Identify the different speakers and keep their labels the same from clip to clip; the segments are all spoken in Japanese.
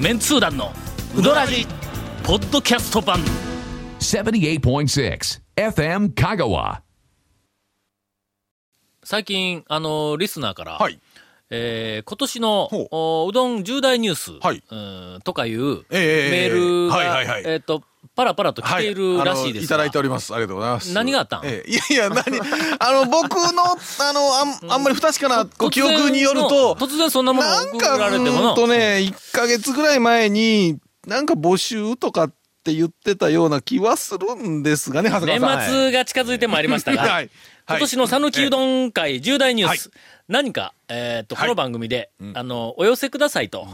Speaker 1: メンツー団のウドラジポッドキャスト版
Speaker 2: 78.6 FM Kagawa.
Speaker 1: 最近あのリスナーから、
Speaker 3: はい。
Speaker 1: えー今年の
Speaker 3: ほう
Speaker 1: おうどん重大ニュース、
Speaker 3: はいう
Speaker 1: ーんとかいう
Speaker 3: ええ
Speaker 1: メールが、
Speaker 3: はいはいはい
Speaker 1: えー、とパラパラと来ているらしいですが、
Speaker 3: はいあのいただいております。ありがとうございます。
Speaker 1: 何があったん
Speaker 3: ええいやいや、何、 あの、僕の、あの、あん、あんまり不確かなご記憶によると、
Speaker 1: 突然そんなもの
Speaker 3: なん
Speaker 1: 送ら
Speaker 3: か、
Speaker 1: れ
Speaker 3: う
Speaker 1: ても
Speaker 3: ー
Speaker 1: なん
Speaker 3: とね、1ヶ月ぐらい前に、なんか募集とかって言ってたような気はするんですがね、長
Speaker 1: 年
Speaker 3: 谷川さん。
Speaker 1: 末が近づいてまいりましたが、
Speaker 3: はい。
Speaker 1: 今年の讃岐う
Speaker 3: ん。
Speaker 1: どん会重大ニュース、
Speaker 3: は
Speaker 1: 何か、えー、とこの番組で、あのお寄せくださいと、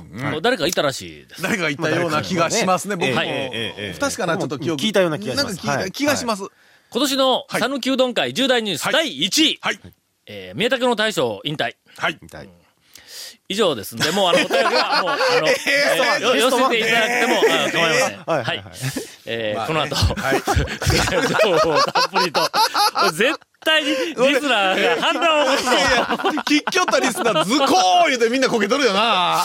Speaker 1: 誰かいたらしいです。
Speaker 3: 誰が言ったような気がしますね、僕も。
Speaker 1: はいえ
Speaker 3: 不確かなちょっと記憶。
Speaker 4: 聞いたような気がします
Speaker 3: なんか聞いた
Speaker 4: はい
Speaker 3: 気がします。
Speaker 1: 今年の
Speaker 3: はい
Speaker 1: 讃岐うどん会重大ニュース、
Speaker 3: はい
Speaker 1: 第1位、
Speaker 3: はい。
Speaker 1: えー宮武の大将引退。
Speaker 3: はい。
Speaker 4: みたい。
Speaker 1: 以上ですんで、もうあの、 お便りは、もう、あの、えーよ寄せていただいても、あの構いません。
Speaker 4: はい
Speaker 1: はい。えー
Speaker 3: ま あ
Speaker 1: こ
Speaker 3: ね
Speaker 1: の後、
Speaker 3: はい。
Speaker 1: 情報をたっぷりと、絶対にリスナーが反乱を起こすぞ
Speaker 3: い やいや、聞っきょったリスナーズコー言うてみんなこけとるよな。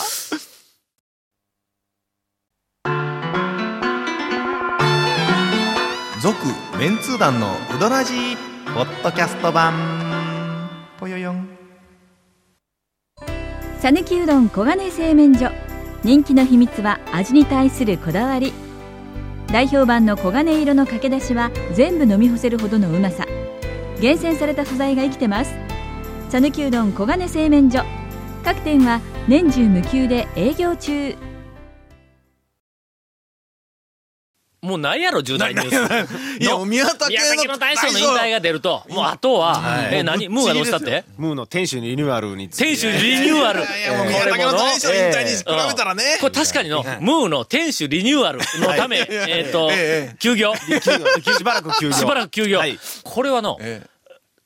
Speaker 4: 続メンツー団のウドラジポッドキャスト版ぽよよん
Speaker 5: さぬきうどん黄金製麺所人気の秘密は味に対するこだわり代表版の黄金色のかけだしは全部飲み干せるほどのうまさ厳選された素材が生きてますさぬきうどん黄金製麺所各店は年中無休で営業中
Speaker 1: もうないやろ、重大ニュース。
Speaker 3: いや、もう宮武
Speaker 1: 宮崎の大将の引退
Speaker 3: が。
Speaker 1: が出ると、もうあとは、えー、何ムーがどうしたって
Speaker 4: ムーの店主リニューアルについ
Speaker 1: 店
Speaker 4: て
Speaker 1: 主リニューアル。
Speaker 3: いや、もう宮
Speaker 1: これ
Speaker 3: 崎の
Speaker 1: もの
Speaker 3: 大将の引退に比べたらね。
Speaker 1: これ確かにの、ムーの店主リニューアルのため、えっと
Speaker 3: ええ、
Speaker 1: 休業。
Speaker 4: しばらく休業
Speaker 1: しばらく休業
Speaker 4: はい。
Speaker 1: これはの、
Speaker 3: ええ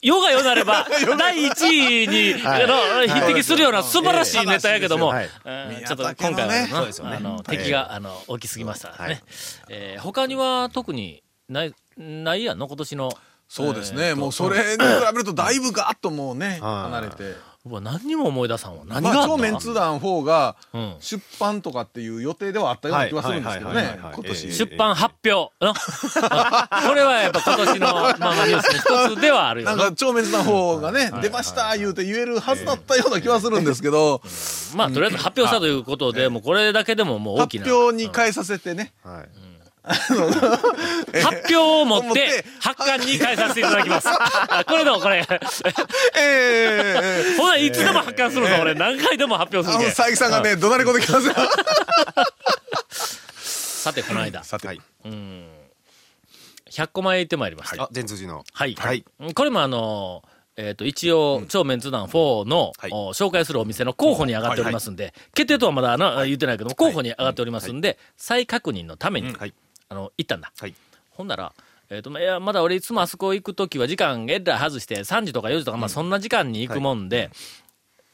Speaker 1: 世が世なれば、第一位に、
Speaker 4: はい
Speaker 1: あの匹敵するような素晴らしいネタやけども、
Speaker 4: はい
Speaker 1: うん
Speaker 3: 宮
Speaker 1: ちょっ
Speaker 3: 武
Speaker 1: と
Speaker 3: の
Speaker 1: 今
Speaker 3: ね
Speaker 1: 回はな
Speaker 4: そうですよね
Speaker 1: あの、
Speaker 4: はい
Speaker 1: 敵が、あの、大きすぎました
Speaker 4: は
Speaker 1: ね
Speaker 4: い。
Speaker 1: えー他には特にない、ないやんの、今年の。
Speaker 3: そうです
Speaker 1: え
Speaker 3: ね。
Speaker 1: ーと
Speaker 3: もうそれに比べるとだいぶガーッともうね、
Speaker 4: はい
Speaker 3: 離れて。
Speaker 1: うわ何にも思い出さんわ。何があ
Speaker 3: まあ、
Speaker 1: った
Speaker 3: 超
Speaker 1: の
Speaker 3: メンツー団4が
Speaker 1: うん
Speaker 3: 出版とかっていう予定ではあったような気はするんですけど
Speaker 4: はいはい
Speaker 3: ね
Speaker 4: はいはい、
Speaker 3: 今
Speaker 4: ええ
Speaker 3: 年。
Speaker 1: 出版発表。うんこれはやっぱ今年の漫画ニュースの一つではある
Speaker 3: な
Speaker 1: よ
Speaker 3: ん
Speaker 1: な。
Speaker 3: か、超メンツー団4がね、出ました言うて言えるはずだったような気はするんですけど、
Speaker 1: まあとりあえず発表したということで、もうこれだけでももう大きな。
Speaker 3: 発表に変えさせてね、
Speaker 4: はい
Speaker 1: 発表を持っ
Speaker 3: 持って
Speaker 1: て、発刊に変えさせていただ きます。あこれでもこれ。
Speaker 3: ええええ
Speaker 1: ほな、いつでも発刊するぞ、俺。何回でも発表
Speaker 3: あ
Speaker 1: す
Speaker 3: の、
Speaker 1: るけ
Speaker 3: 佐伯さんがね、怒鳴り込んできますよ。
Speaker 1: さて、この間、
Speaker 3: さて、
Speaker 1: 100個前行ってまいりました。
Speaker 4: あ全通じの
Speaker 1: はい。
Speaker 4: はい
Speaker 1: これもあのー、えっ、と、一応、超メンツ団4の、
Speaker 3: はい
Speaker 1: お紹介するお店の候補に上がっておりますんで、決定とはまだな言ってないけども、候補に上がっておりますんで、再確認のために、
Speaker 4: はい
Speaker 1: あの、行ったんだ。
Speaker 4: はい
Speaker 1: ほんなら、えっ、と、まあいや、まだ俺いつもあそこ行くときは時間えらい外して、3時とか4時とか、まあそんな時間に行くもんで、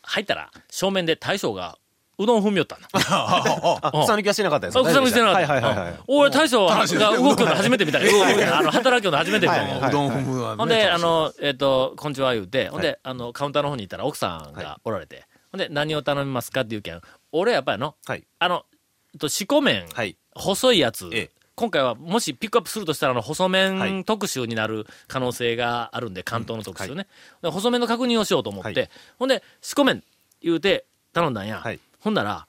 Speaker 1: 入ったら、正面で大将が、うどん踏み寄ったんだ。
Speaker 4: あ草抜きはしてなかったです
Speaker 1: あ、草むしてなかった。
Speaker 4: はいはいはいはい
Speaker 1: おい、大将が
Speaker 3: 楽しいですね
Speaker 1: 動くの初めて見たね。動くのあの、働きの初めて見た
Speaker 4: はい
Speaker 1: ね。
Speaker 3: うどん踏むのはね。
Speaker 1: ほんで、あの、えっ、と、こんにちは言うて、ほんで、あの、カウンターの方にいたら奥さんがおられて、ほんで、何を頼みますかっていうけん、俺やっぱりの、
Speaker 4: はい
Speaker 1: あの、えっと、四股麺、
Speaker 4: はい
Speaker 1: 細いやつ、
Speaker 4: ええ
Speaker 1: 今回はもしピックアップするとしたら、あの、細
Speaker 4: は
Speaker 1: 麺
Speaker 4: い
Speaker 1: 特集になる可能性があるんで、関東の特集ね。
Speaker 4: うんは
Speaker 1: で細麺の確認をしようと思って、
Speaker 4: はい
Speaker 1: ほんで、四股麺言うて頼んだんや。
Speaker 4: はい
Speaker 1: ほんなら、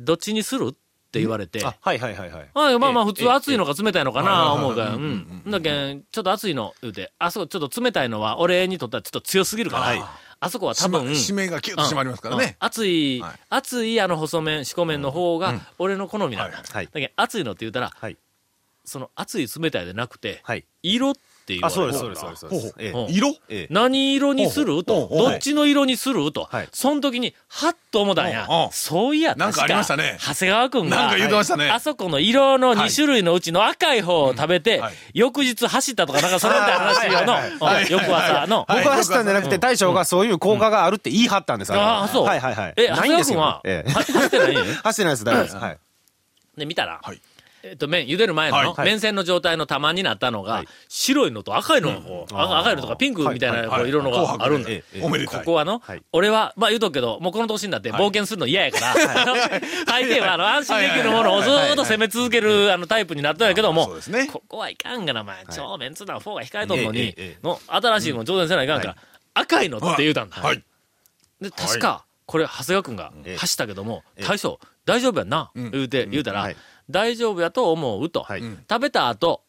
Speaker 1: どっちにするって言われて、
Speaker 4: あはいはいはいはい
Speaker 1: あまあまあ、
Speaker 4: ええ
Speaker 1: 普通暑いのか冷たいのかな、
Speaker 3: ええ
Speaker 1: 思うから。う
Speaker 3: うん
Speaker 1: ん。だけん、ちょっと暑いの、言うて。あそこ、ちょっと冷たいのは、俺にとってはちょっと強すぎるから。
Speaker 4: はい
Speaker 1: あそこは多
Speaker 3: 締ま
Speaker 1: 分。
Speaker 3: 締めがキュッと締まりますから
Speaker 1: うん
Speaker 3: ね。
Speaker 1: 熱い、
Speaker 3: はい
Speaker 1: 熱いあの細麺、四股麺の方が、俺の好みなんだ。
Speaker 4: はいはい
Speaker 1: だけど、熱いのって言ったら、
Speaker 4: はい
Speaker 1: その熱い冷たいでなくて、
Speaker 4: はい
Speaker 1: 色って言わ
Speaker 4: あ
Speaker 1: れ
Speaker 4: そうですそう
Speaker 1: る
Speaker 4: ですそうですそう
Speaker 3: ほう
Speaker 4: で
Speaker 3: ほう
Speaker 4: すええ
Speaker 1: うん
Speaker 3: 色
Speaker 4: ええ
Speaker 1: 何色にす
Speaker 3: ほ
Speaker 1: る
Speaker 3: う
Speaker 1: と、
Speaker 3: ほうほう
Speaker 1: どっちの色にすると
Speaker 4: はい、
Speaker 1: その時に、はっと思ったんや
Speaker 3: うんうん。
Speaker 1: そういや、
Speaker 3: なんかありました
Speaker 1: 確
Speaker 3: ね
Speaker 1: か長谷川くんが、
Speaker 3: なんか言うてましたね
Speaker 1: あそこの色の
Speaker 3: は
Speaker 1: 2
Speaker 3: い
Speaker 1: 種類のうちの赤い方を食べて、
Speaker 3: うんはい
Speaker 1: 翌日走ったとか、なんかそのみたいな話よの、うん翌朝の。
Speaker 3: はい
Speaker 4: 僕は走ったんじゃなくて大将がそういう効果があるって言い張ったんです
Speaker 1: ああ、そう。
Speaker 4: はいはいはい
Speaker 1: え、長
Speaker 4: な
Speaker 1: 谷
Speaker 4: い
Speaker 1: 川
Speaker 4: んです
Speaker 1: 君
Speaker 4: よ
Speaker 1: は、
Speaker 4: ええ
Speaker 1: は走ってない
Speaker 4: 走ってないです大丈夫ですはい
Speaker 1: で、見たら
Speaker 3: はい、
Speaker 1: えっと、麺、茹でる前の、
Speaker 6: はい
Speaker 1: 麺線の状態の玉になったのが、白いのと赤いのがこう、
Speaker 6: うんあー
Speaker 1: 赤赤いのとかピンクみたいなこう色の
Speaker 6: はい
Speaker 1: があるん
Speaker 6: 紅
Speaker 1: だ。
Speaker 6: 白でええ
Speaker 3: おめで
Speaker 1: こ
Speaker 3: たい。
Speaker 1: こはの、
Speaker 6: はい
Speaker 1: 俺は、まあ言うとくけど、もうこの年になって冒険するの嫌やから、 大抵はあの安心できるものをずーっと攻め続けるあのタイプになったんやけども、
Speaker 3: そうですね。
Speaker 1: ここはいかんがな、お前、超メンツーダン4が控えとんの
Speaker 6: ええ
Speaker 1: に
Speaker 6: えええ、
Speaker 1: の新しいもん挑戦せないかんから、赤いのって言うたんだ。
Speaker 3: はい。
Speaker 1: で、確か、これ、長谷川君が
Speaker 6: ええ
Speaker 1: 走ったけども、
Speaker 6: ええ
Speaker 1: 大将、大丈夫やんな、言うて、言うた
Speaker 6: は
Speaker 1: ら
Speaker 6: い、
Speaker 1: 大丈夫やと思うと
Speaker 6: はい。
Speaker 1: 食べた後、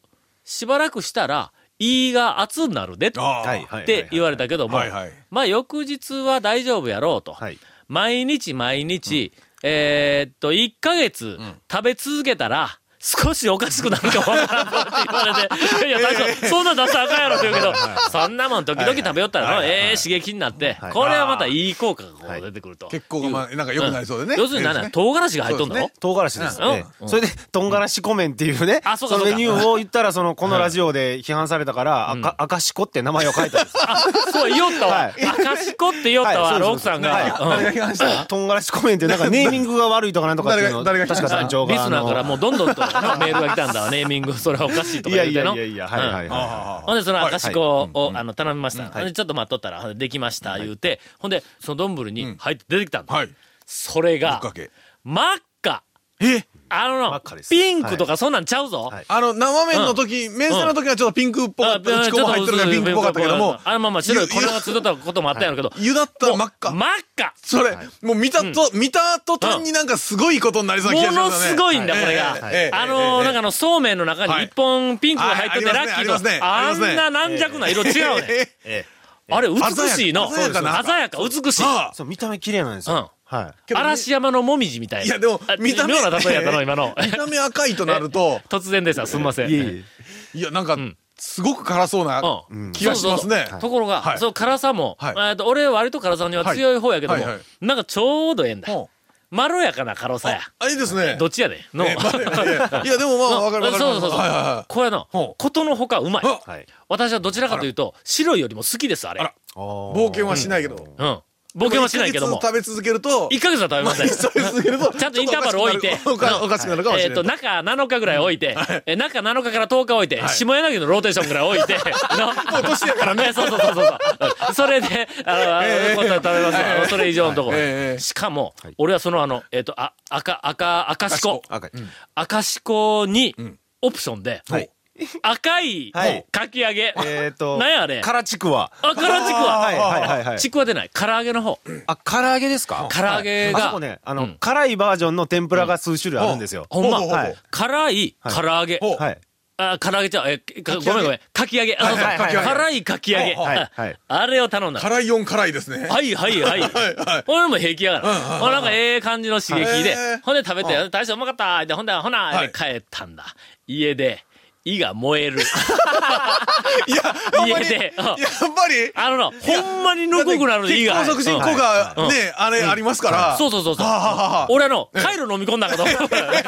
Speaker 1: しばらくしたら、胃が熱になるでっ
Speaker 3: ああ。
Speaker 6: はい。はい。
Speaker 1: て言われたけども
Speaker 3: はい、はい。
Speaker 1: まあ、翌日は大丈夫やろうと。
Speaker 6: はい。
Speaker 1: 毎日毎日、えーっと、1ヶ月食べ続けたら、少しおかしくなるかわからんぞって言われ て、いや、大将、そんなん出したらあかんやろって言うけど、そんなもん時々食べよったらの、ええ刺激になって
Speaker 6: は、い
Speaker 1: これはまたいい効果がこう出てくると。
Speaker 3: 結構が、まあ、なんか良くなりそうでね。
Speaker 1: 要するに何
Speaker 3: で
Speaker 1: だ
Speaker 3: すね
Speaker 1: 唐辛子が入っとん
Speaker 3: そう
Speaker 1: の
Speaker 3: で
Speaker 6: 唐辛子です
Speaker 1: うん
Speaker 6: ね。それで、とんがらしこ麺っていうね、
Speaker 1: あそうか
Speaker 6: の
Speaker 1: そう
Speaker 6: メ
Speaker 1: か
Speaker 6: ニューを言ったら、その、このラジオで批判されたから、
Speaker 1: ん
Speaker 6: 赤、赤しこって名前を書いたんです。
Speaker 1: あ、そう、言おったわ。
Speaker 6: はい
Speaker 1: 赤しこって言おったわ、
Speaker 6: はいそう
Speaker 1: ロ
Speaker 6: で
Speaker 1: ク
Speaker 6: す
Speaker 1: さんが。
Speaker 3: 誰
Speaker 1: うん
Speaker 3: が言いました
Speaker 6: とんがらしこ麺って、なん かネーミングが悪いとかなんとかっていうのを、
Speaker 3: 誰が誰
Speaker 6: 確
Speaker 3: が
Speaker 6: か団長が。
Speaker 1: リスナーから
Speaker 6: あの
Speaker 1: もうど んどんとメールが来たんだわ、ネーミング、それはおかしいと
Speaker 6: い
Speaker 1: か言
Speaker 6: や
Speaker 1: う
Speaker 6: い
Speaker 1: て
Speaker 6: や
Speaker 1: の
Speaker 6: いや。いや、はいはいはい。
Speaker 3: ああ
Speaker 1: ほんで、その赤しこを、あの、頼みました。
Speaker 6: はい
Speaker 1: ほんでちょっと待っとったら、ほんでできました、言うて、ほんで、その丼に入って出てきたんだ。
Speaker 3: はい。
Speaker 1: それ
Speaker 3: ぶっ
Speaker 1: が
Speaker 3: か、け。
Speaker 1: 真っ赤。
Speaker 3: え
Speaker 1: あの
Speaker 6: 真っ
Speaker 1: の
Speaker 6: 赤で、す
Speaker 1: ピンクとかそんなんちゃうぞ。
Speaker 6: はい
Speaker 3: あの、生麺の時、麺線の時はちょっとピンクっぽか
Speaker 1: あ
Speaker 3: っ
Speaker 1: ちょ
Speaker 3: た。
Speaker 1: っ
Speaker 3: うちこも入ってるからピンクっぽかったけども、
Speaker 1: あのまあまあ白い
Speaker 3: ゆ
Speaker 1: 粉がついとったこともあったんやろうけど、
Speaker 3: ゆだったら真っ
Speaker 1: もう
Speaker 3: 赤。
Speaker 1: 真っ赤
Speaker 3: それ、もう見たと、見た途端になんかすごいことになりそうな気が
Speaker 1: も
Speaker 3: しま
Speaker 1: の
Speaker 3: すね。
Speaker 1: すごいんだ、これが。
Speaker 3: ええええええ
Speaker 1: あのー、なんかあの、そうめんの中に一本ピンクが入ってて、
Speaker 3: はい
Speaker 1: ラ
Speaker 3: あ
Speaker 1: ッキ
Speaker 3: あ
Speaker 1: ー
Speaker 3: り
Speaker 1: と
Speaker 3: ますね
Speaker 1: あ
Speaker 3: ありますね
Speaker 1: んな軟弱な色違うね。
Speaker 3: え
Speaker 6: ええ
Speaker 1: あれ、美しいの。
Speaker 3: 鮮やか鮮やかな
Speaker 1: 鮮やか、美しい。
Speaker 3: あ
Speaker 6: そう、見た目綺麗なんです
Speaker 1: うん
Speaker 6: よ。はい。
Speaker 3: ど
Speaker 1: 嵐山のもみじみたいな。
Speaker 3: いやでも
Speaker 1: あ
Speaker 3: 見た目
Speaker 1: 妙な例えやったの、今の。
Speaker 3: あ見た目赤いとなると、
Speaker 1: 突然でした、すみません。
Speaker 6: いえいえ。
Speaker 3: いや、なんか
Speaker 1: ん、
Speaker 3: すごく辛そうな
Speaker 1: うん
Speaker 3: 気がしますね。
Speaker 1: ところが、
Speaker 3: はい
Speaker 1: その辛さも、
Speaker 3: はい
Speaker 1: えっと俺割と辛さには強い方やけども、
Speaker 3: はいはいは
Speaker 1: なんかちょうどええんだ
Speaker 3: ほ。
Speaker 1: まろやかな辛さや。
Speaker 3: あ、いいですね。
Speaker 1: どっちやで。の。
Speaker 3: えまあいやいやいや、でも まあ、わかるわかる。
Speaker 1: そうそうそう。
Speaker 3: はいはいはい
Speaker 1: これの、
Speaker 3: ほう
Speaker 1: ことのほかうまい。
Speaker 3: あ
Speaker 6: はい。
Speaker 1: 私はどちらかというと、白いよりも好きです、あれ。
Speaker 3: あら
Speaker 6: 冒
Speaker 3: 冒険はしないけど。
Speaker 1: うん。冒険はしないけども
Speaker 3: 一ヶ。月食べ続けると、
Speaker 1: 1ヶ月は食べません。
Speaker 3: 食べ続けると、
Speaker 1: ちゃんとインターバル置いて
Speaker 3: おかしくなるおかしくなるかもし
Speaker 1: え
Speaker 3: れ
Speaker 1: っ
Speaker 3: な
Speaker 1: と、
Speaker 3: い。
Speaker 1: 中7日ぐらい置いて、え中7日から10日置いて、下柳のローテーションぐらい置いて、の。年やからね。 そうそうそうそううん。それで、あのあの、ことは食べますわあの。それ以上のとこ
Speaker 3: え
Speaker 1: ろ。
Speaker 3: え
Speaker 1: しかも、俺はそのあの、えっと、あ、赤、赤、赤しこ。
Speaker 6: 赤い。
Speaker 1: 赤しこに、オプションで、
Speaker 6: はい。
Speaker 1: 赤い
Speaker 6: はい
Speaker 1: かき揚げ。
Speaker 6: えっ と、
Speaker 1: 何やあれ
Speaker 6: カラチクワ。
Speaker 1: あ、からちくわ。
Speaker 6: はいはいはいはい。
Speaker 1: ちくわでない。唐揚げの方。
Speaker 6: あ、唐揚げですか
Speaker 1: 唐揚げが
Speaker 6: はいあそこね、あ
Speaker 1: う
Speaker 6: の
Speaker 1: ん、
Speaker 6: 辛いバージョンの天ぷらが数種類あるんですよ。
Speaker 1: ほんま。
Speaker 3: ほうほうほう
Speaker 1: はい辛い唐揚げ。
Speaker 3: ほう
Speaker 6: はい。
Speaker 1: あ、唐揚げちゃう。え、かごめんごめん。かき揚げ。あ、そうそう。
Speaker 6: はいはいはい
Speaker 1: 辛いかき揚げ。
Speaker 3: はい
Speaker 6: はいはい
Speaker 1: あれを頼んだ。
Speaker 3: 辛い4辛いですね。
Speaker 1: はいはいはい。
Speaker 3: はい
Speaker 1: 俺も平気やから。俺なんかええ感じの刺激で
Speaker 3: はい。
Speaker 1: ほんで食べて、大将うまかった。で、ほんで、ほな、
Speaker 3: はい
Speaker 1: で帰ったんだ。家で、胃が燃 える。
Speaker 3: いや、ほんま
Speaker 1: 家
Speaker 3: に、や
Speaker 1: で。
Speaker 3: っ
Speaker 1: うん
Speaker 3: ぱり、
Speaker 1: あのな、ほんまにのこくなるの胃が。
Speaker 3: 血行促進
Speaker 1: うん
Speaker 3: 効果
Speaker 1: うん
Speaker 3: ね、あれありますから。
Speaker 1: そうそうそうそう
Speaker 3: はあはあは。あ
Speaker 1: 俺あの、カイロ飲み込んだんかと 思った。なんか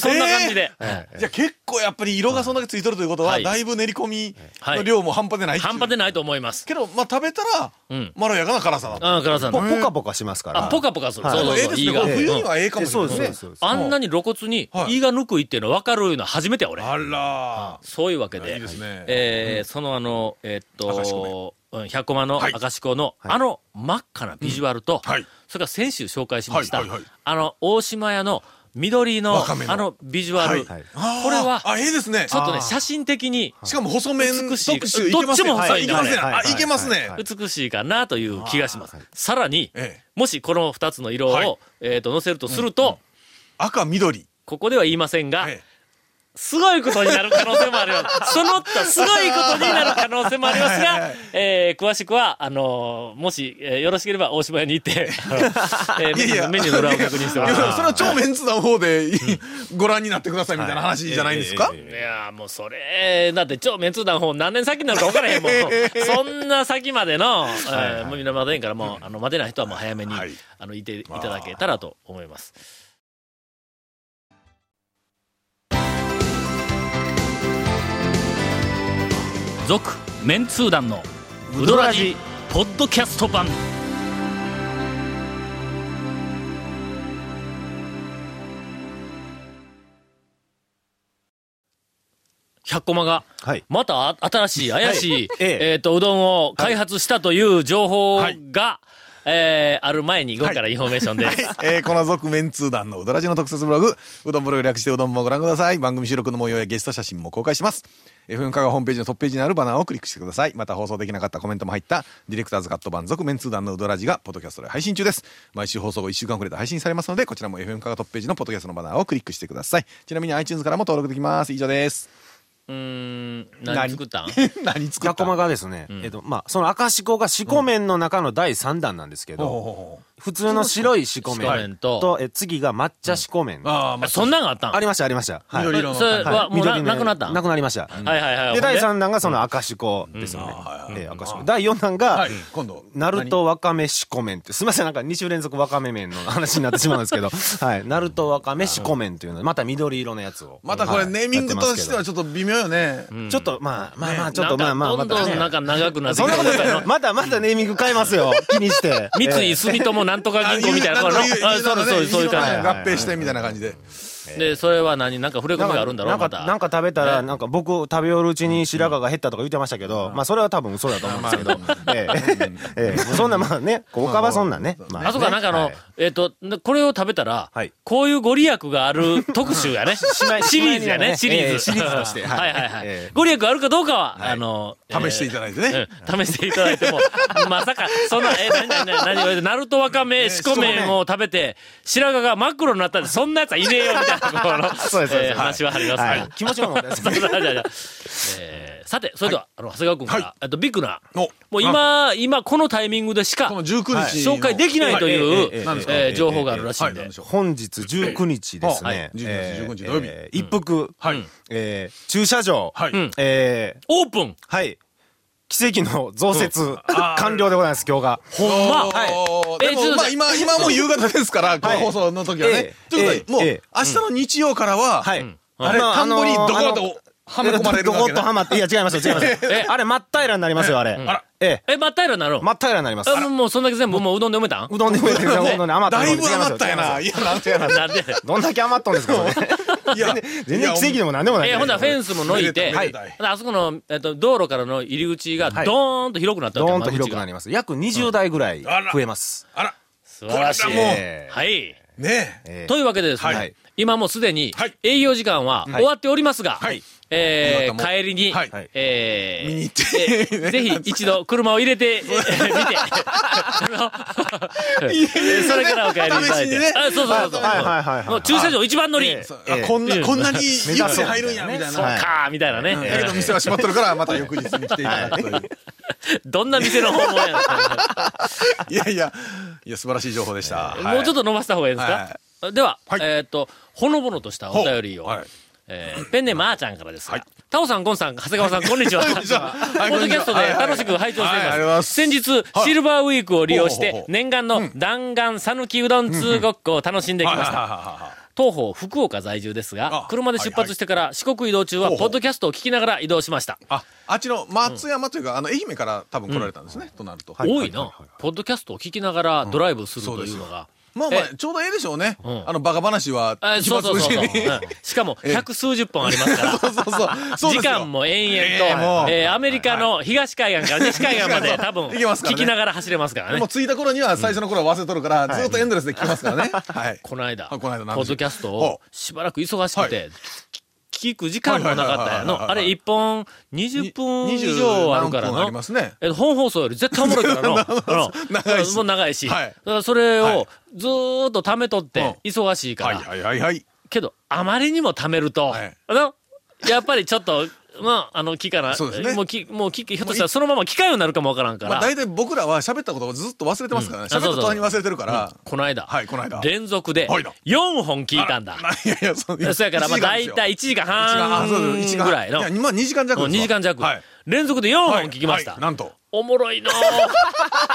Speaker 1: そんな感じで。
Speaker 3: じゃあ結構やっぱり色がそんだけついとるということ
Speaker 1: は
Speaker 3: は、
Speaker 1: い
Speaker 3: だいぶ練り込みの量も半端でないっていう
Speaker 1: 半端でないと思います。
Speaker 3: けど、まあ食べたら
Speaker 1: うん、
Speaker 3: まろやかな辛さだと。
Speaker 1: あ、倉田さん
Speaker 6: ポ。カポカしますから。
Speaker 1: あ、ポカポカする。
Speaker 6: はい
Speaker 1: そうそう
Speaker 3: ええ
Speaker 1: そう。
Speaker 3: です
Speaker 1: 胃
Speaker 3: ね。こ
Speaker 1: が。
Speaker 3: れ冬
Speaker 1: うん
Speaker 3: にはええかもしれない
Speaker 6: そうですねそうです
Speaker 1: あんなに露骨に
Speaker 3: はい
Speaker 1: 胃が抜くいっていうの分かるの初めてや俺。
Speaker 3: あら
Speaker 1: そういうわけで、
Speaker 3: いいですね
Speaker 1: えーそのあの、えっ
Speaker 3: 赤し
Speaker 1: と、うん100コマの
Speaker 3: はい
Speaker 1: 赤しこの、あの真っ赤なビジュアルと、
Speaker 3: うんはい
Speaker 1: それから先週紹介しました、
Speaker 3: はいはいはい
Speaker 1: あの、大島屋の緑の
Speaker 3: わかめの
Speaker 1: あのビジュアル、
Speaker 6: はい
Speaker 3: あー
Speaker 1: これは
Speaker 3: あ、ええですね。
Speaker 1: ちょっとね、写真的に
Speaker 3: しかも細麺特
Speaker 1: 美しい
Speaker 3: 集いけますね。
Speaker 1: どっちも細いんだ
Speaker 3: あいけますね。
Speaker 6: はい
Speaker 3: あ、いけます
Speaker 6: はい
Speaker 3: ね
Speaker 6: は。
Speaker 1: 美しいかなという気がします。さらに、
Speaker 3: ええ
Speaker 1: もしこの2つの色を、
Speaker 3: はい
Speaker 1: えっと、載せるとすると、
Speaker 3: 赤、緑。
Speaker 1: ここでは言いませんが、
Speaker 3: ええ
Speaker 1: すごいことになる可能性も あります。その他、すごいことになる可能性もありますが、えー詳しくは、あのーもし、えーよろしければ大島屋に行 って、えーメニューのメニューの裏を確認してお
Speaker 3: い
Speaker 1: り
Speaker 3: や
Speaker 1: ま
Speaker 3: そ
Speaker 1: す。
Speaker 3: れは超メンツの方でご覧になってくださいみたいな話じゃないですか
Speaker 6: ええええええ
Speaker 1: いやーもうそれ、だって超メンツー団方何年先になるか分からへ んもん。そんな先までの、えー、もうみんな待てんからもう、あの、待てない人はもう早めに、
Speaker 3: はい
Speaker 1: あの、いていただけたらと思います。続、メンツー団の、ウドラジ、ポッドキャスト版。 100コマが、
Speaker 6: はい
Speaker 1: またあ新しい怪しい、
Speaker 6: ええ
Speaker 1: えっ、と、うどんを開発したという情報が、えーある前に午後からインフォメーション です。
Speaker 3: えー、この続面通談のうどらじの特設ブログ、うどんブログ略してうどんもご覧ください。番組収録の模様やゲスト写真も公開します。FM 香川ホームページのトップページにあるバナーをクリックしてください。また放送できなかったコメントも入った、ディレクターズカット版続面通談のうどらじが、ポッドキャストで配信中です。毎週放送後1週間遅れて配信されますので、こちらも FM 香川トップページのポッドキャストのバナーをクリックしてください。ちなみに iTunes からも登録できます。以上 です。
Speaker 1: うーん、何作ったん
Speaker 3: 何作っ
Speaker 4: ジャコ
Speaker 3: た
Speaker 4: マがですね、えっと、まあ、その赤四股が四股面の中の第3弾なんですけど、普通の白い四股
Speaker 1: 四股面
Speaker 4: 面
Speaker 1: と
Speaker 4: と、え次が抹茶四股面。
Speaker 3: ああ、まあ、
Speaker 1: そんなんがあったん
Speaker 4: ありました、ありました。はい。
Speaker 3: 緑色の
Speaker 1: それは
Speaker 4: はい
Speaker 1: もうな,、
Speaker 4: 緑の
Speaker 1: なくなったん
Speaker 4: なくなりました。
Speaker 1: はいはいはい。ほん
Speaker 4: で、第3弾がその赤四股ですよね。ええ赤四股。第4弾が、
Speaker 3: はい、今度。
Speaker 4: ナルトわかめしこ麺って、すみません、なんか2週連続わかめ麺の話になってしまうんですけど、はい、ナルトわかめしこ麺というので、また緑色のやつを。
Speaker 3: またこれ、
Speaker 4: い
Speaker 3: ネーミングとして、
Speaker 4: や
Speaker 3: は
Speaker 4: って
Speaker 3: ちょっと微妙よね。
Speaker 4: ますけどちょっと、まあ、まあまあ、ちょっ
Speaker 1: な
Speaker 4: と、
Speaker 1: んか
Speaker 4: まあまあ、ま
Speaker 1: どんどんな
Speaker 4: た
Speaker 1: ん。か長くなって
Speaker 4: そ
Speaker 1: き
Speaker 4: んなこと
Speaker 1: た
Speaker 4: ない
Speaker 1: よ
Speaker 4: よ。まだまだネーミング変えま すよ。気にして。
Speaker 1: 三井
Speaker 4: え
Speaker 1: 住友なんとか銀行みたいな、
Speaker 3: あ
Speaker 1: この
Speaker 3: いい
Speaker 1: あそうそうそういう感じ
Speaker 3: のねいい
Speaker 4: いい
Speaker 3: のね合併してみたいな感じで。
Speaker 1: で、それは何なんか触れ
Speaker 4: え
Speaker 1: 込みがあるんだろ
Speaker 4: な
Speaker 1: うま
Speaker 4: か
Speaker 1: た。
Speaker 4: なんか食べた
Speaker 1: ええ
Speaker 4: ら、なんか僕食べよるうちに白髪が減ったとか言ってましたけど、まあそれは多分嘘だと思うんですけど、え えええ、そんなまあね、他はそんなね。ま
Speaker 1: あ、そうか、
Speaker 4: ね
Speaker 1: なんかあの、
Speaker 4: はい
Speaker 1: えっ、と、これを食べたら、
Speaker 4: はい
Speaker 1: こういうご利益がある特集 やね。
Speaker 4: まい
Speaker 1: シリーズやね、シ
Speaker 4: し
Speaker 1: リ
Speaker 4: まい
Speaker 1: ーズ。
Speaker 4: にはねええシリーズとして
Speaker 1: は
Speaker 4: はい
Speaker 1: いはいはい。
Speaker 4: ええ
Speaker 1: ご利益あるかどうかは、あの、
Speaker 3: 試していただいてね。
Speaker 1: て、試していただいても、 まさか、そんな、え、何、何、何、何、ナルトわかめ、しこめんを食べて、白髪が真っ黒になったんで、そんなやつはいねえよ、みたいな、この、
Speaker 4: そうですそうです
Speaker 1: えー話はありますが
Speaker 4: はい気持ちの問題で す
Speaker 1: そうそうそうそうえーさて、それでは、あの、長谷川君から、えっと、ビッグな、
Speaker 3: お
Speaker 1: もう今、今、このタイミングでしか、
Speaker 3: この19日の、
Speaker 1: 紹介できないと
Speaker 4: はい
Speaker 1: いう、
Speaker 4: ええええ
Speaker 1: え
Speaker 4: 何ですか
Speaker 1: ー情報があるらしい
Speaker 3: は
Speaker 1: ん
Speaker 3: い、
Speaker 1: で
Speaker 3: 何で。しょう。
Speaker 4: 本日19日ですね。
Speaker 3: 19日19土曜日
Speaker 4: えー一服、
Speaker 3: はい。
Speaker 4: えー駐車場、
Speaker 3: はい。
Speaker 1: うん
Speaker 4: えー
Speaker 1: オープン
Speaker 4: はい、奇跡の増設、完了でございます、今日が。
Speaker 1: ほんま
Speaker 3: おー
Speaker 1: え
Speaker 3: で
Speaker 1: ちょっと
Speaker 3: も、まあ今、今もう夕方です から、この放送の時はね
Speaker 4: え。え
Speaker 3: ということで、もう、
Speaker 4: ええ
Speaker 3: 明日の日曜からは、
Speaker 4: はい。
Speaker 3: あれ、
Speaker 4: ま
Speaker 3: 田んぼにどこ
Speaker 4: あ
Speaker 3: ど
Speaker 4: の
Speaker 3: こはめ込まれる
Speaker 4: ど
Speaker 3: わ
Speaker 4: こ
Speaker 3: け
Speaker 4: っと
Speaker 3: だ。
Speaker 4: はまって、いや、違いますよ、違いますよ
Speaker 1: え。
Speaker 4: あれ、真っ平らになりますよ、あれ。
Speaker 1: ら
Speaker 4: え
Speaker 1: え、真っ平らになる
Speaker 4: え、真っ平らになります。
Speaker 1: あもうもうそんだけ全部もううどんで埋めたん
Speaker 4: うどんでもいいですよ、本当に余ったも
Speaker 3: だ
Speaker 4: の
Speaker 3: い
Speaker 4: で
Speaker 3: ぶ余ったや。
Speaker 4: 違いま
Speaker 3: な。
Speaker 4: す
Speaker 3: いや、なんてやら。
Speaker 1: なんで
Speaker 4: どんだけ余ったんですか、それ
Speaker 3: いや、
Speaker 4: 全然奇跡でも何でもない。
Speaker 1: え、ほんならフェンスものいて、
Speaker 3: は
Speaker 1: はいい、あそこの、えっと、道路からの入り口が
Speaker 4: はい
Speaker 1: ドーンと広くなった
Speaker 4: ド
Speaker 1: わけ
Speaker 4: ーンと広くなります。約20台ぐらい
Speaker 3: あら
Speaker 4: 増えます。
Speaker 3: あら、
Speaker 1: 素晴らしい。
Speaker 3: これだもう
Speaker 4: ええ
Speaker 1: はい。
Speaker 3: ねえ。
Speaker 4: ええ
Speaker 1: というわけでですね、
Speaker 4: はい
Speaker 1: 今もうすでに
Speaker 3: はい
Speaker 1: 営業時間は終わっておりますが、
Speaker 3: はい
Speaker 1: えー
Speaker 3: 夕方も
Speaker 1: 帰りに、
Speaker 3: はい
Speaker 1: えー
Speaker 3: 見に行って
Speaker 1: えー ぜひ一度車を入れて、えー見て、あのそれからお帰りいただい、
Speaker 3: 試してにね
Speaker 1: あそうそうそうそう、
Speaker 4: はいはいはいはい
Speaker 1: もう駐車場一番乗り、
Speaker 4: ええ
Speaker 1: そう
Speaker 3: あこんな、こんなに指
Speaker 4: 目指そう
Speaker 3: 入るんや、みたい
Speaker 4: は
Speaker 3: な。
Speaker 4: い
Speaker 1: かーみたいなね、
Speaker 3: だけど店は閉まっとるから、また翌日に来ていただくという。
Speaker 1: どんな店の訪問やろ
Speaker 3: いやいや、いや、素晴らしい情報でした。
Speaker 1: もうちょっ
Speaker 3: と、
Speaker 1: と伸ばした方がいいですか、では、
Speaker 3: はい
Speaker 1: えーっとほのぼのとしたお便りを、
Speaker 3: はい
Speaker 1: えーペンネームあーちゃんからですが、タオさん、ゴンさん、長谷川さん、こんにちは。ポ
Speaker 3: はい
Speaker 1: ッ
Speaker 3: こん
Speaker 1: ドキ
Speaker 3: にち
Speaker 1: ャ
Speaker 3: は
Speaker 1: ストで楽しく拝聴してい
Speaker 3: はいありがとうご
Speaker 1: ま
Speaker 3: ざ
Speaker 1: す。
Speaker 3: います
Speaker 1: 先日、シルバーウィークを利用し
Speaker 3: ほうほう
Speaker 1: て
Speaker 3: ほ、う
Speaker 1: 念願の弾丸讃岐うどん通ごっこを楽しんできました。東方福岡在住ですが
Speaker 3: あ、
Speaker 1: 車で出発してから四国移動中は、
Speaker 3: ほうほ
Speaker 1: ポ
Speaker 3: う
Speaker 1: ッドキャストを聞きながら移動しました。
Speaker 3: あ、あっちの松山というか、あの、愛媛から多分来られたんですね、となると。
Speaker 1: 多いな。ポッドキャストを聞きながらドライブするというのが。
Speaker 3: まあまあ、ちょうどええでしょうね。
Speaker 1: ん
Speaker 3: あの、バカ話は、
Speaker 1: あ
Speaker 3: 一
Speaker 1: そう
Speaker 3: 発
Speaker 1: そうそうそ
Speaker 3: 目
Speaker 1: う。
Speaker 3: に。
Speaker 1: うんしかも、百数十本ありますから。
Speaker 3: そうそうそう。 そう
Speaker 1: 時
Speaker 3: ですよ
Speaker 1: 間も延
Speaker 3: ええも
Speaker 1: 々
Speaker 3: う
Speaker 1: と、えーアメリカの東海岸から西海岸まで多分、
Speaker 3: 行けますから
Speaker 1: 聞
Speaker 3: ね
Speaker 1: きながら走れますから
Speaker 3: で
Speaker 1: ね
Speaker 3: も。着いた頃には最初の頃は忘れとるから、ずっとエンドレスで聞きます からね。はい。
Speaker 1: この間、ポ
Speaker 3: あこの間何でしょう
Speaker 1: ッドキャストを
Speaker 3: ほう
Speaker 1: しばらく忙しく
Speaker 3: は
Speaker 1: て、聞く時間もなかったんや
Speaker 3: はいはいはいはいはい
Speaker 1: の。あれ、1本20分以上あるから
Speaker 3: 20何分あ
Speaker 1: の
Speaker 3: り。ますね。
Speaker 1: え本放送より絶対おもろいからの。う ん
Speaker 3: 長いし
Speaker 1: もう長いし。
Speaker 3: はい
Speaker 1: だからそれ
Speaker 3: は
Speaker 1: を
Speaker 3: い
Speaker 1: ずーっと貯めとっ
Speaker 3: う
Speaker 1: て、忙しいか
Speaker 3: はい
Speaker 1: ら。
Speaker 3: はいはいはい。
Speaker 1: けど、あまりにも貯めると、
Speaker 3: はい
Speaker 1: あの、やっぱりちょっと、まあ、あの、木かな。
Speaker 3: そうですね
Speaker 1: もう木、もう木、ひょっとしたらそのまま機械になるかもわからんから。
Speaker 3: まあ大体僕らは喋ったことをずっと忘れてますからね。
Speaker 1: うんあ
Speaker 3: 喋っ
Speaker 1: そうそ
Speaker 3: た
Speaker 1: う
Speaker 3: 途端に忘れてるから。
Speaker 1: この間、
Speaker 3: はいこの間
Speaker 1: 連続で
Speaker 3: はいだ
Speaker 1: 4本聞いたんだ。
Speaker 3: いやいや、そう
Speaker 1: そやから、まあ、大体1時間半ぐらいの、
Speaker 3: 今2時間弱
Speaker 1: もう
Speaker 3: です
Speaker 1: 2
Speaker 3: わ
Speaker 1: 時間弱、
Speaker 3: はい。
Speaker 1: 連続で4本聞きました。
Speaker 3: はいはいなんと。
Speaker 1: おもろいの ー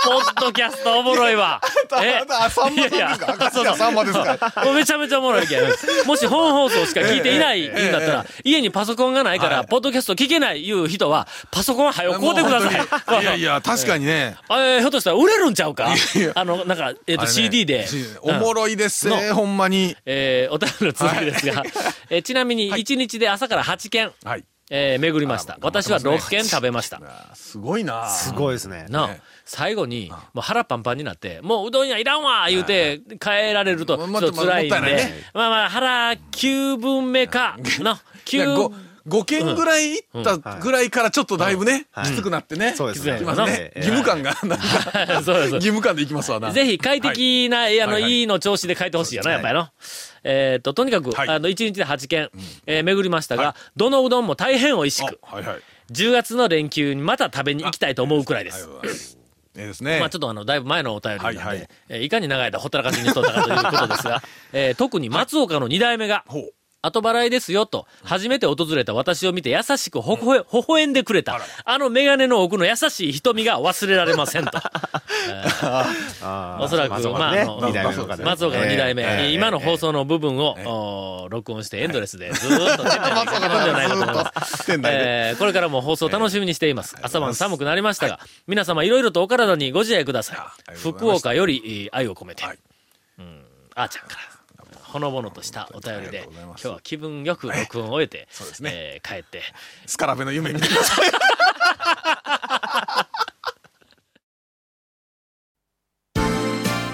Speaker 1: ポッドキャストおもろいわ。え
Speaker 3: あ、さんまさん
Speaker 1: い
Speaker 3: で
Speaker 1: や
Speaker 3: す
Speaker 1: いや
Speaker 3: か明石家さんまです か
Speaker 1: もうめちゃめちゃおもろいけん。もし本放送しか聞いていないんだったら、家にパソコンがないから、ポッドキャスト聞けないいう人は、パソコンはよ買うてください。
Speaker 3: いやいや、確かにね。
Speaker 1: えーひょっとしたら売れるんちゃうか
Speaker 3: いや
Speaker 1: あの、なんか、えっ、
Speaker 3: あ
Speaker 1: と、
Speaker 3: れね
Speaker 1: CD で。
Speaker 3: おもろいですね、ほんまに。
Speaker 1: えーお便りの続きですが、えーちなみに1日で朝から8件、
Speaker 3: はい。
Speaker 1: えー巡りました。私は6軒食べました。
Speaker 3: あーすごいな
Speaker 4: すごいですね。
Speaker 1: なあ、最後に、もう腹パンパンになって、もううどん屋いらんわ言うて、帰られると、ちょ
Speaker 3: まあ
Speaker 1: っ
Speaker 3: まあ
Speaker 1: と辛いんで、
Speaker 3: もったいないね
Speaker 1: まあまあ、腹9分目か、な、
Speaker 3: いや
Speaker 1: 9
Speaker 3: ご、5軒ぐらい行ったぐらいからちょっとだいぶね、きつくなってね。
Speaker 4: そうですね
Speaker 1: きつい
Speaker 3: 今
Speaker 1: な
Speaker 3: ね、
Speaker 4: えー
Speaker 3: 義務感が、なんか、
Speaker 1: そうです
Speaker 3: 義務感で行きますわな。
Speaker 1: ぜひ快適な、い、あの、
Speaker 3: はいいはい
Speaker 1: い、の調子で書いてほしいよな、やっぱりの。えーっと、とにかく、
Speaker 3: はい
Speaker 1: あの、1日で8軒、えー巡りましたが、
Speaker 3: は
Speaker 1: どのうどんも大変美味しく、
Speaker 3: あはいはい。
Speaker 1: 10月の連休にまた食べに行きたいと思うくらいです。
Speaker 3: ええですね。
Speaker 1: まあちょっとあの、だいぶ前のお便りなんで、
Speaker 3: はいはい
Speaker 1: えーいかに長い間ほったらかしにしとったかということですが、 えー特に松岡の2代目が、
Speaker 3: ほう。
Speaker 1: 後払いですよと、初めて訪れた私を見て優しくほほえ、微笑んでくれた、あのメガネの奥の優しい瞳が忘れられません と。
Speaker 4: あー
Speaker 1: おそらく、
Speaker 4: 松岡
Speaker 1: まあ、
Speaker 4: ね
Speaker 1: あの
Speaker 4: 二代目とかね
Speaker 1: 松岡の2代目、
Speaker 4: ええええ
Speaker 1: 今の放送の部分を、お録音してエンドレスでずーっと出てるんじゃないかと思います。
Speaker 3: 店内で。
Speaker 1: えーこれからも放送楽しみにしています。朝晩寒くなりましたが、皆様いろいろとお体にご自愛ください。
Speaker 3: ありがとうござ
Speaker 1: 福
Speaker 3: います
Speaker 1: 岡よりえー愛を込めて、
Speaker 3: はい
Speaker 1: うん、あーちゃんから、ほのぼのとしたお便り
Speaker 3: ありが
Speaker 1: で
Speaker 3: とう、ござい
Speaker 1: 今
Speaker 3: ます
Speaker 1: 日は気分よく録音を終えて、
Speaker 3: そうですね
Speaker 1: えー帰って、
Speaker 3: スカラベの夢見て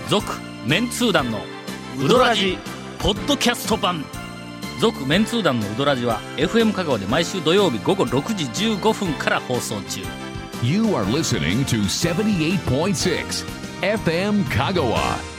Speaker 1: 続メンツー団のウドラジポッドキャスト版続メンツー団のウドラジは FM 香川で毎週土曜日午後6時15分から放送中
Speaker 2: You are listening to 78.6 FM Kagawa.